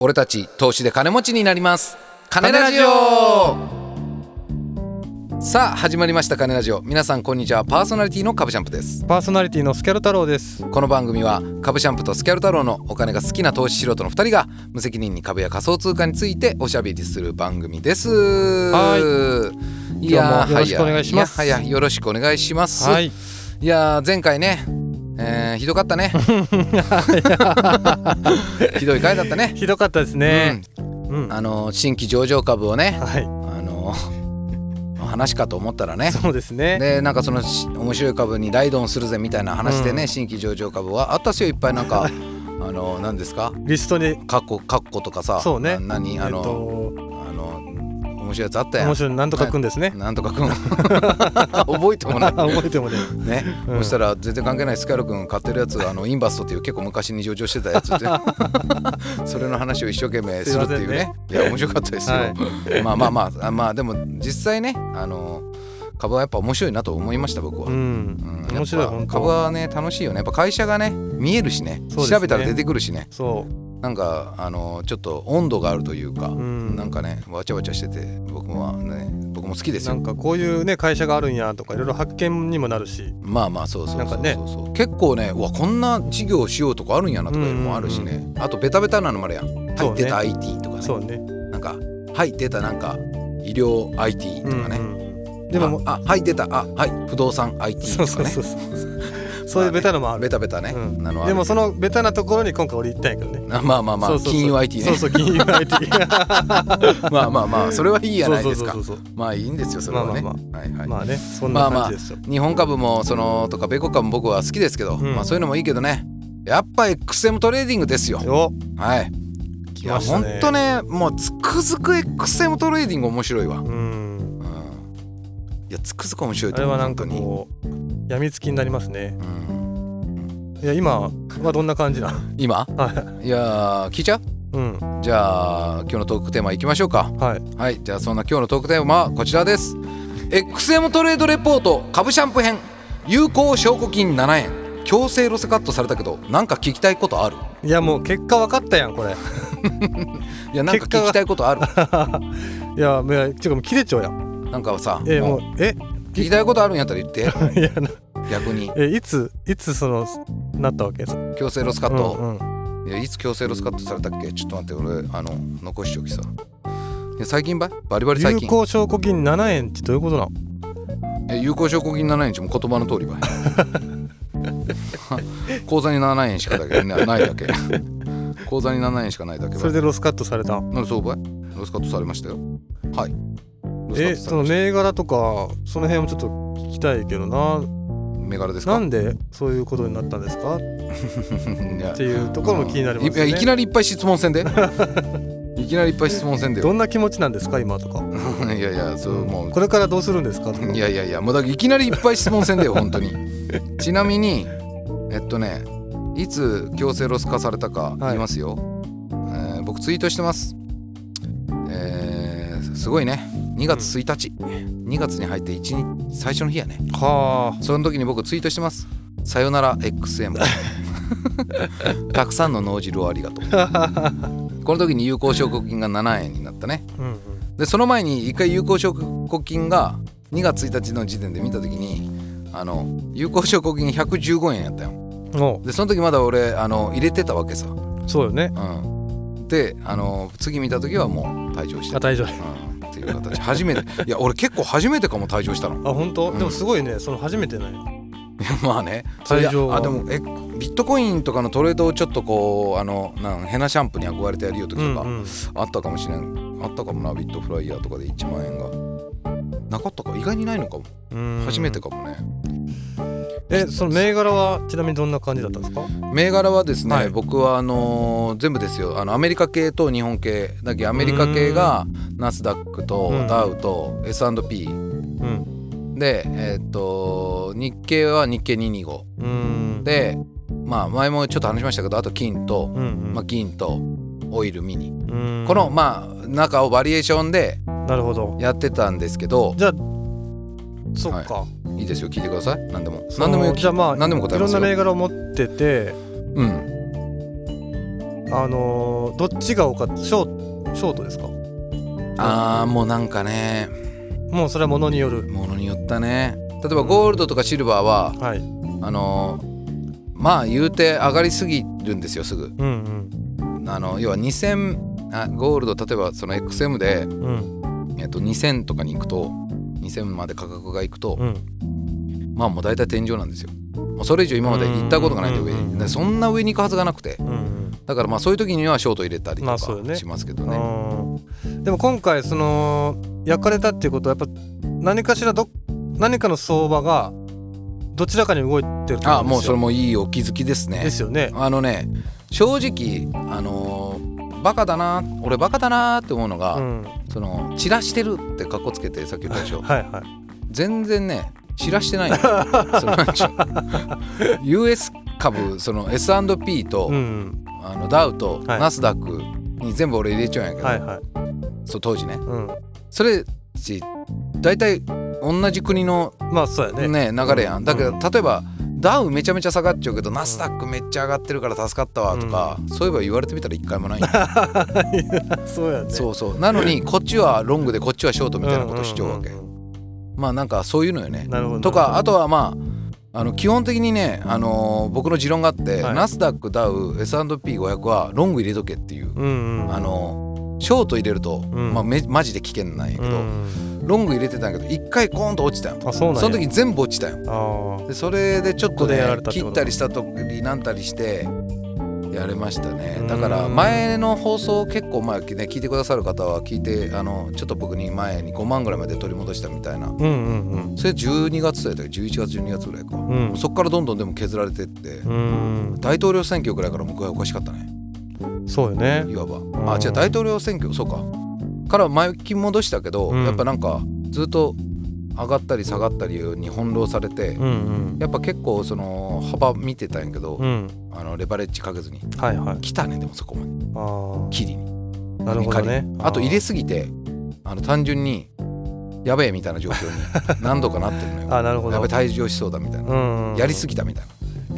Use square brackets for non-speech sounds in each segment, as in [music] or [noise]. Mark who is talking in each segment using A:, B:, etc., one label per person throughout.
A: 俺たち投資で金持ちになります金ラジオさあ始まりました金ラジオ皆さんこんにちはパーソナリティのカブシャンプです
B: パーソナリティのスキャル太郎です。
A: この番組はカブシャンプとスキャル太郎のお金が好きな投資素人の2人が無責任に株や仮想通貨についておしゃべりする番組ですはいや
B: 今日もよろしくお願いします
A: はやはやよろしくお願いします、、
B: はいい。
A: やー前回ねえー、ひどかった
B: [laughs]
A: ね [laughs] ひどい回だったね
B: ひどかったですね。うん。
A: あの新規上場株をね、
B: は
A: あの [laughs] 話かと思ったらね
B: い。。そうですね。
A: でなんかそのし面白い株にライドンするぜみたいな話でね、
B: うん
A: 新規上場株はあったっすよいっぱいなん
B: [laughs]
A: かあの何ですか
B: リストに
A: カッコカッコとかさ
B: そうね
A: な何あ
B: えっ
A: の、
B: と
A: あの面白いやつあったや
B: 面
A: ん
B: 白いのなんとかくんですね。
A: なんとかくん [laughs] 覚えてもない
B: 覚えてもね。
A: ね、
B: うん
A: そしたら全然関係ないスカイロ君買ってるやつあのインバストっていう結構昔に上場してたやつで
B: [laughs]
A: それの話を一生懸命するっていうねいや面白かったですよ、
B: は
A: まあまあまああまあでも実際ねあの株はやっぱ面白いなと思いました僕は、
B: [laughs] う
A: うん
B: ん。
A: や
B: 面
A: っ
B: 白い
A: ぱ
B: 本
A: 株
B: 当。
A: はね楽しいよねやっぱ会社がね見えるしね
B: そうで
A: 調
B: すね
A: べたら出てくるしね
B: そ
A: なんかあのちょっと温度があるというか、
B: ん
A: なんかねわちゃわちゃしてて僕もね僕も好きで
B: う。
A: す
B: な
A: よ
B: んかこういうね会社があるんやとかいろいろ発見にもなるし。
A: まあまあそうそうそう
B: なん
A: そう
B: かね
A: そう、結構ねうわこんな事業しようとかあるんやなとかいうのもあるしね、あとベタベタなのもあるやん、
B: そ
A: は
B: う
A: い
B: ね
A: 出た IT とかね
B: そうね。
A: なんかはい出たなんか医療 IT と
B: う
A: か
B: んう
A: ね、
B: ん。でも
A: ああはい出たあはい不動産 IT
B: そ
A: と
B: うそ
A: か
B: う
A: ね
B: そうそう。そういうベタのもあ
A: ベ
B: る。
A: タベタね、
B: うん
A: なのは
B: でもそのベタなところに今回俺行ったんやけどね。
A: あまあまあまあ
B: そうそうそう
A: 金融 IT ね
B: そうそう金融 IT。
A: [laughs] まあまあまあそれはいいやないですか
B: [laughs] そうそうそう
A: まあいいんですよそれはね、
B: まあま
A: はいは
B: そ。
A: いう
B: まあねそんな感じですよ。
A: 日本株もそのとか米国株も僕は好きですけど、
B: うん
A: まあそういうのもいいけどねやっぱ XM トレーディングですよ
B: よ
A: はい
B: 来ました
A: い
B: ね
A: やほんとねもうつくづく XM トレーディング面白いわ、
B: っ。うん。
A: うん、いやつくづく面白い
B: あ
A: と
B: れ
A: 思う
B: はなんか
A: 本
B: こうやみつきになりますね
A: 当にうん、
B: いや今はどんな感じな
A: [laughs]
B: の
A: 今
B: はい
A: やー聞いちゃう
B: うん
A: じゃあ今日のトークテーマいきましょうか
B: はい
A: はいじゃあそんな今日のトークテーマはこちらです XM トレードレポート株シャンプ編有効証拠金7円強制ロスカットされたけどなんか聞きたいことある
B: いやもう結果分かったやんこれ
A: いやなんか聞きたいことある
B: いやもうちょっと切れちゃうやん
A: なんかさ、
B: [laughs] えも
A: も
B: う
A: う
B: え
A: 聞きたいことあるんやったら言って
B: いやな
A: 逆に
B: えいついつそのなったわけ
A: 強制ロスカ
B: あ
A: ット、
B: うんうん
A: いやいつ強制ロスカットされたっけちょっと待って俺あの残しておきさいや最近ばいバリバリ最
B: 有
A: 近
B: 効証拠金7円ってどういうことなの
A: え有効証拠金7円ちも言葉の通りばい [laughs] 口座に7円しかだけなないだけ口座に7円しかないだけば
B: それでロスカットされた
A: なんでそうばいロスカットされましたよはいロスカッ
B: え
A: トされ
B: そ
A: ま
B: の
A: した
B: 銘柄とかその辺もちょっと聞きたいけどな
A: 銘柄です
B: な
A: か
B: んでそういうことになったんですか
A: [laughs]
B: っ
A: いや
B: ていうところも気になります
A: いやいき
B: ね
A: なりいっぱい質問せんでいきなりいっぱい質問せんでよ
B: どんな気持ちなんですか今とか
A: [laughs] いやいやそうもう
B: これからどうするんですかとか
A: いやいやいやもうだからいきなりいっぱい質問せんでよ本当にちなみにえっとねいつ強制ロス化されたか言いますよ、えー僕ツイートしてますえーすごいね2月1日、2月に入って一日最初の日やね
B: はあ
A: その時に僕ツイートしてます「さよなら XM」たくさんの脳汁をありがとうこの時に有効証拠金が7円になったね
B: うん
A: でその前に一回有効証拠金が2月1日の時点で見た時にあの有効証拠金115円やったよ
B: うんお
A: でその時まだ俺あの入れてたわけさ、
B: そうよね
A: うん、であの次見た時はもう退場して
B: あ
A: た、
B: 大丈夫
A: うん、っていう形初めていや俺結構初めてかも退場したの [laughs]
B: あ本当、
A: うん
B: でもすごいねその初めてない
A: いやまあね
B: 退場
A: いやあでもえビットコインとかのトレードをちょっとこうあのなんヘナシャンプーに憧れてやるよとか、
B: うん
A: あったかもしれんあったかもなビットフライヤーとかで1万円がなかったか意外にないのかも
B: うん
A: 初めてかもね、
B: えその銘柄はちなみにどんな感じだったんですか
A: 銘柄はですね、
B: はい
A: 僕はあのー全部ですよあのアメリカ系と日本系だけアメリカ系がナスダックと
B: うん
A: ダウと S&P
B: うん
A: でえーっと日経は日経225
B: うん
A: でまあ前もちょっと話しましたけどあと金と、
B: うんうん
A: まあ、銀とオイルミニ、
B: うん
A: このまあ中をバリエーションで
B: なるほど
A: やってたんですけど
B: じゃあそっか、
A: いいですよ聞いてください何でも
B: その
A: 何でもよ
B: じゃあまあ
A: 何でも答
B: い
A: えま
B: ろ
A: す
B: ん
A: よ
B: な銘柄を持ってて
A: うん
B: あのーどっちが多かったショーショートですか
A: ああもうなんかね
B: もうそれはものによる
A: ものによったね例えばゴールドとかシルバーは
B: はい
A: あのーまあ言うて上がりすぎるんですよすぐ
B: うん
A: あの要は2000あゴールド例えばその XM で、
B: うんうん
A: えっと、2000とかに行くと2000まで価格が行くと、
B: うん
A: まあもう大体天井なんですよもうそれ以上今まで行ったことがないんで上
B: うんうんうんう
A: に
B: ん
A: でそんな上に行くはずがなくて
B: うんうん
A: だからまあそういう時にはショート入れたりと
B: ま
A: か
B: あそうよね
A: しますけどね,、
B: うんでも今回その焼かれたっていうことはやっぱ何かしらど何かの相場がどちらかに動いてると
A: あ
B: 思
A: あ
B: うんですよ
A: もうそれもいいお気づきですね
B: ですよね
A: あのね正直あのーバカだな俺バカだなって思うのが、
B: うん
A: その散らしてるってかっこつけてさっき言ったでしょ
B: はいはい
A: 全然ね散らしてないの
B: [laughs]
A: そのなんちゅう US 株その S&P と、
B: うん
A: あのダウと
B: はい
A: ナスダックに全部俺入れちゃうんやけど、
B: はいはい
A: そう当時ね
B: うん
A: それち大体同じ国の
B: まあそうやね
A: ね流れや
B: うん
A: んだけ
B: う
A: ど例えばダウめちゃめちゃ下がっちゃうけどナスダックめっちゃ上がってるから助かったわとかそういえば言われてみたら一回もないんだ
B: [laughs] そうやね
A: そうそうなのにこっちはロングでこっちはショートみたいなことしちゃうわけ
B: んん
A: まあなんかそういうのよ
B: う
A: ね
B: んなるほど
A: とかあとはまああの基本的にね、あのー僕の持論があって、
B: はい
A: ナスダックダウ S&P500 はロング入れとけっていう
B: うんうん
A: あのショート入れると、
B: うん
A: まあ、めマジで危険なんやけ
B: う
A: ど、
B: ん
A: ロング入れてたんやけど一回コーンと落ちたんよ
B: あそうなんや
A: その時全部落ちたんよ
B: あー
A: でそれでちょっと
B: ここで
A: ね
B: やられたって
A: 切
B: こと
A: ったりした時になんたりしてやれましたね
B: うん
A: だから前の放送結構前ね聞いてくださる方は聞いてあのちょっと僕に前に5万ぐらいまで取り戻したみたいな
B: うんうんうん
A: それ12月だったか11月12月ぐらいか、
B: うん
A: そっからどんどんでも削られてって
B: うん
A: 大統領選挙ぐらいから向こうはおかしかったね
B: そうよね
A: いわば、
B: ん
A: あ違う大統領選挙そうかから前き戻したけど、
B: うん
A: やっぱなんかずっと上がったり下がったりに翻弄されて、
B: うん
A: やっぱ結構その幅見てたんやけど、
B: うんうん
A: あのレバレッジかけずに
B: はいはい
A: 来たねでもそこまで
B: あー
A: 切りに
B: なるほどね
A: あと入れ
B: す
A: すぎてあの単純にやべえみたいな状況
B: [laughs]
A: に何度かなってるのよ
B: あなるほど
A: やべえ退場しそうだみたいな、
B: うん
A: やりす
B: ぎ
A: ぎたみたい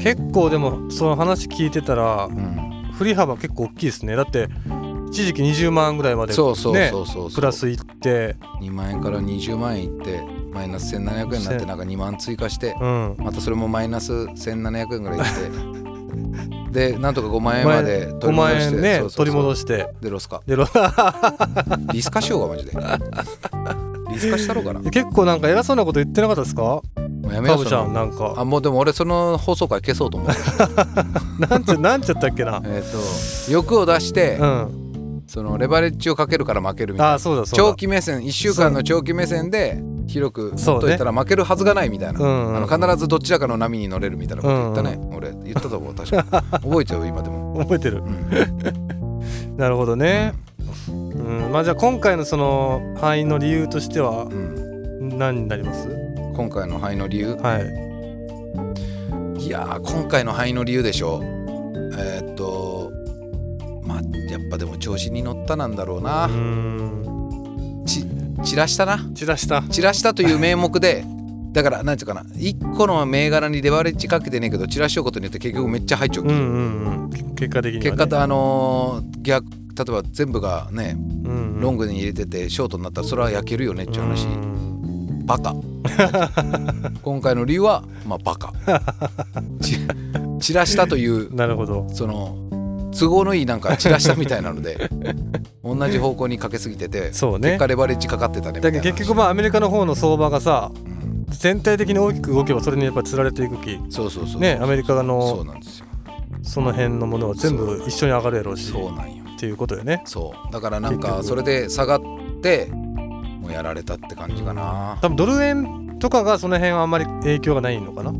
B: 結構でもその話聞いてた
A: な、
B: ら
A: うん
B: 振り幅結構大きいですねだって一時期20万ぐらいまで
A: そうそう
B: ね
A: そうそうそう
B: プラスいって
A: 2万円から20万円いってマイナス1700円になってなんか2万追加して
B: うん
A: またそれもマイナス1700円ぐらいいって [laughs] でなんとか5万円まで
B: 5
A: 取り戻
B: 万
A: して
B: 円ね
A: そうそうそう
B: 取り戻して
A: でロスか
B: でろ
A: リス化しようがマジで
B: [laughs]
A: リス化したろうかな
B: [laughs] 結構なんか偉そうなこと言ってなかったですか
A: もうやめ
B: カ
A: よう
B: ブちゃんなんか
A: あもうでも俺その放送回消そうと
B: [laughs]
A: 思う
B: なんちゃなんちゃったっ
A: [laughs]
B: けな
A: えっと欲を出して、
B: うん
A: そのレバレッジをかけるから負けるみたいな
B: あそうだそうだ
A: 長期目線1週間の長期目線で広く
B: そう
A: 持っ
B: ね
A: といたら負けるはずがないみたいな、
B: うん
A: あの必ずどっちらかの波に乗れるみたいなこと言ったね、俺言ったと思う確
B: [laughs]
A: か覚えてる今でも、
B: 覚えてる
A: うん
B: なるほどねうんまあじゃあ今回のその範囲の理由としては
A: うん
B: 何になります
A: 今回の敗の理由
B: はい
A: いやー今回の敗の理由でしょえーっとまあやっぱでも調子に乗ったなんだろうな
B: う、ん
A: ち散らしたな
B: 散らした
A: 散らしたという名目で [laughs] だからなんていうかな1個の銘柄にレバレッジかけてねえけど散らしようことによって結局めっちゃ入っちゃう、
B: うんうんうんけ結果的には、ね、
A: 結果とあのー逆例えば全部がね
B: うんうん
A: ロングに入れててショートになったらそれは焼けるよねっていう話
B: うん
A: バカ [laughs] 今回の理由はまあバ
B: [laughs]
A: カち散らしたという
B: なるほど
A: その都合のいいなんか散らしたみたいなの
B: [laughs]
A: で同じ方向にかけすぎてて
B: そうね
A: 結果レバレッジかかってたねみた
B: だ
A: い
B: け
A: な
B: ど結局まあアメリカの方の相場がさ
A: うん
B: 全体的に大きく動けばそれにやっぱつられていくき
A: そうそうそう
B: ねアメリ
A: そ
B: カ
A: う
B: の
A: なんですよ
B: その辺のものは全部一緒に上がるやろうし
A: そう
B: っ
A: なんよ
B: ていうことよね
A: そうだからなん
B: 結
A: か
B: 局
A: それで下がってもうやられたって感じかな
B: 多分ドル円とかがその辺はあんまり影響がないのかな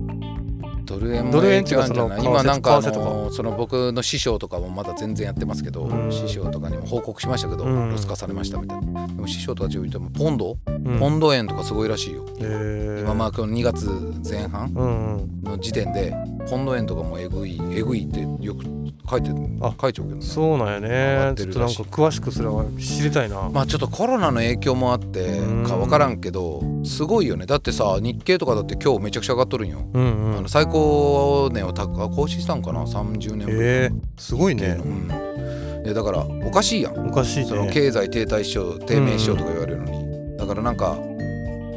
A: ドル円も
B: ドル円
A: 影響あるんじゃない
B: っていう
A: 今
B: かその
A: なんかあ
B: 為替とか
A: のその僕の師匠とかもまだ全然やってますけど
B: うん
A: 師匠とかにも報告しましたけど
B: うん
A: ロス化されましたみたいなでも師匠とか自分でもポンド
B: うん
A: ポンド円とかすごいらしいよ
B: えー
A: 今まあこの2月前半
B: うんうん
A: の時点でポンド円とかもえぐいえぐいってよく書いて
B: あ
A: 書いちゃうけどね
B: そうなん
A: が
B: やね
A: って
B: ちょっ
A: る
B: とな
A: らし
B: ん
A: い
B: か詳しくそれは知りたいな、
A: まあちょっとコロナの影響もあって
B: うん
A: か分からんけどすごいよねだってさ日経とかだって今日めちゃくちゃ上がっとるんよ、
B: うんう
A: あ
B: ん
A: の最高値を高更新したんかな30年ぶり
B: えー、すごい
A: っていう
B: ね
A: の、うんいやだからおかしいやん
B: おかしい
A: その
B: ね
A: 経済停滞しよう低迷しようとか言われるのに、だからなんか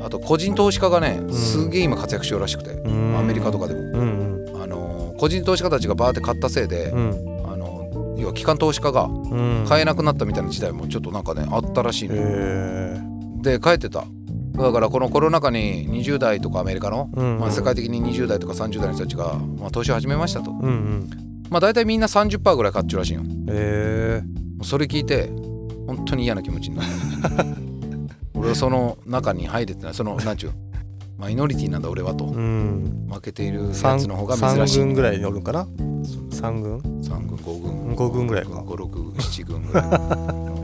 A: あと個人投資家がね、
B: ん
A: すげえ今活躍しようらしくて、
B: うん
A: アメリカとかでも、
B: うん
A: あのー個人投資家たちがバーって買ったせいで
B: う、ん
A: あのー要は機関投資家が
B: うん
A: 買えなくなったみたいな時代もちょっとなんかねあったらしいの、
B: え
A: で帰ってただからこのコロナ禍に20代とかアメリカの、
B: うん
A: まあ、世界的に20代とか30代の人たちが、まあ、投資を始めましたと
B: うんうん
A: まあ大体みんな30%ぐらい買っちゃうらしいよ
B: え
A: それ聞いて本当に嫌な気持ちになる
B: [laughs]
A: 俺はその中に入れてないそのなんちゅうマイノリティなんだ俺はと
B: うん
A: 負けているや
B: 三
A: つの方が珍しい
B: 三軍ぐらいにおるんかな三軍
A: 3軍5軍
B: 五軍ぐらいか
A: 567軍
B: [laughs]
A: ぐらい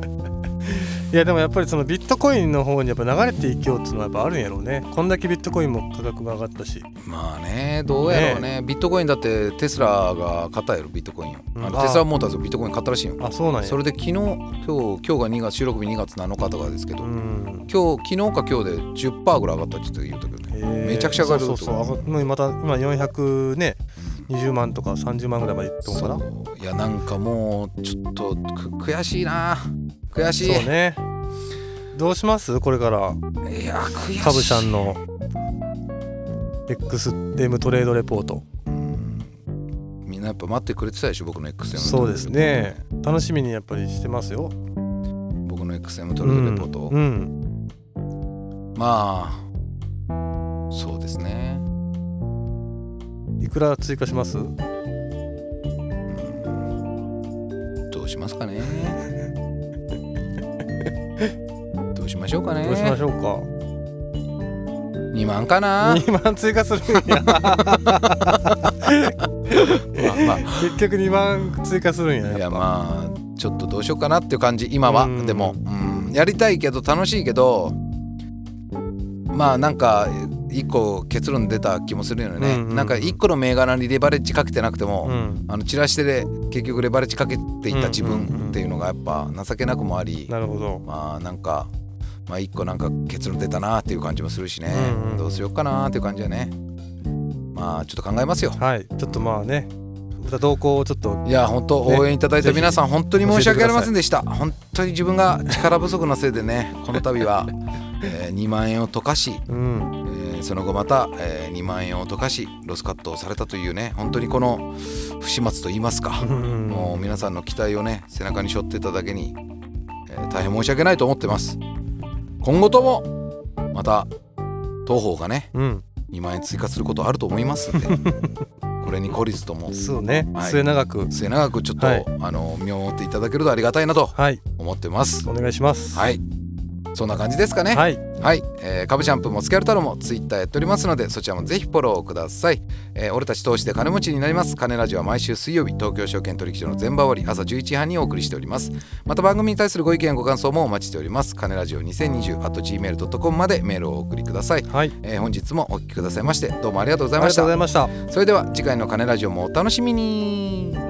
B: いやでもやっぱりそのビットコインの方にやっぱ流れていきようっていうのはやっぱあるんやろうねこんだけビットコインも価格が上がったし
A: まあねどうやろうねビットコインだってテスラが買ったやろビットコインを、
B: うん
A: あ
B: あ
A: のテスラモーターズビットコイン買ったらしいよ
B: あそうなんや
A: それで昨日今日今日が2月収録日2月7日とかですけど、
B: うん
A: 今日昨日か今日で10%ぐらい上がったって言うとけどね
B: えー
A: めちゃくちゃ上がる
B: そうそうそう上がもうまた今400ね20万とか30万ぐらいまでいったのかな
A: そういやなんかもうちょっとく悔しいな悔しい
B: そうねどうしますこれから
A: いや悔しい
B: カブちゃん
A: [laughs]
B: の XM トレードレポート
A: うんみんなやっぱ待ってくれてたでしょ僕の XM
B: そうですね楽しみにやっぱりしてますよ
A: 僕の XM トレードレポート、
B: うんうん
A: まあそうですね
B: いくら追加します
A: どうしますか
B: [laughs]
A: ねどうしましょうかね
B: どうしましょうか
A: 2万かな
B: 2万追加するん
A: [laughs]
B: や
A: まあまあ
B: 結局2万追加するんや
A: い
B: や
A: や
B: っぱ
A: まあちょっとどうしようかなっていう感じ今は
B: うん
A: でも、うん、やりたいけど楽しいけどまあなんか一個結論出た気もするよね、
B: うんうん
A: なんか一個の銘柄にレバレッジかけてなくても、
B: うん
A: あの散らしてで結局レバレッジかけていった自
B: うんうんうん
A: 分っていうのがやっぱ情けなくもあり、
B: なるほど
A: まあなんか。まあ一個なんか結論出たなっていう感じもするしね、
B: うんうん
A: どうしようかなっていう感じだねまあちょっと考えますよ
B: はいちょっとまあねまた動向をちょっと
A: いや本当
B: ね
A: 応援いただいた皆さん、本当に申し訳ありませんでした本当に自分が力不足のせいでね [laughs] この度は、えー2万円を溶かし、
B: うん
A: えーその後また、えー2万円を溶かしロスカットをされたというね本当にこの不始末と言いますか
B: う、ん
A: もう皆さんの期待をね背中に背負ってただけに、えー大変申し訳ないと思ってます今後ともまた当方がね
B: うん、
A: 2万円追加することあると思います
B: [laughs]
A: んでこれに懲りずとも
B: そうね、
A: はい
B: 末永く
A: 末永くちょっと、
B: はい
A: あの見守っていただけるとありがたいなと
B: はい
A: 思ってます。
B: お願いします
A: はい、そんな感じですかね。はい、
B: はい、
A: えー、株ジャンプもスキャルタロもツイッターやっておりますので、そちらもぜひフォローください。えー俺たち投資で金持ちになります。金ラジオは毎週水曜日、東京証券取引所の全場終わり朝11時半にお送りしております。また番組に対するご意見ご感想もお待ちしております。金ラジオ2020 at gmail dot com までメールをお送りください。
B: はい、
A: えー本日もお聞きくださいまして、どうもありがとうござ
B: あ
A: いまし
B: りがとうござい
A: た。
B: ました
A: それでは次回の金ラジオもお楽しみに。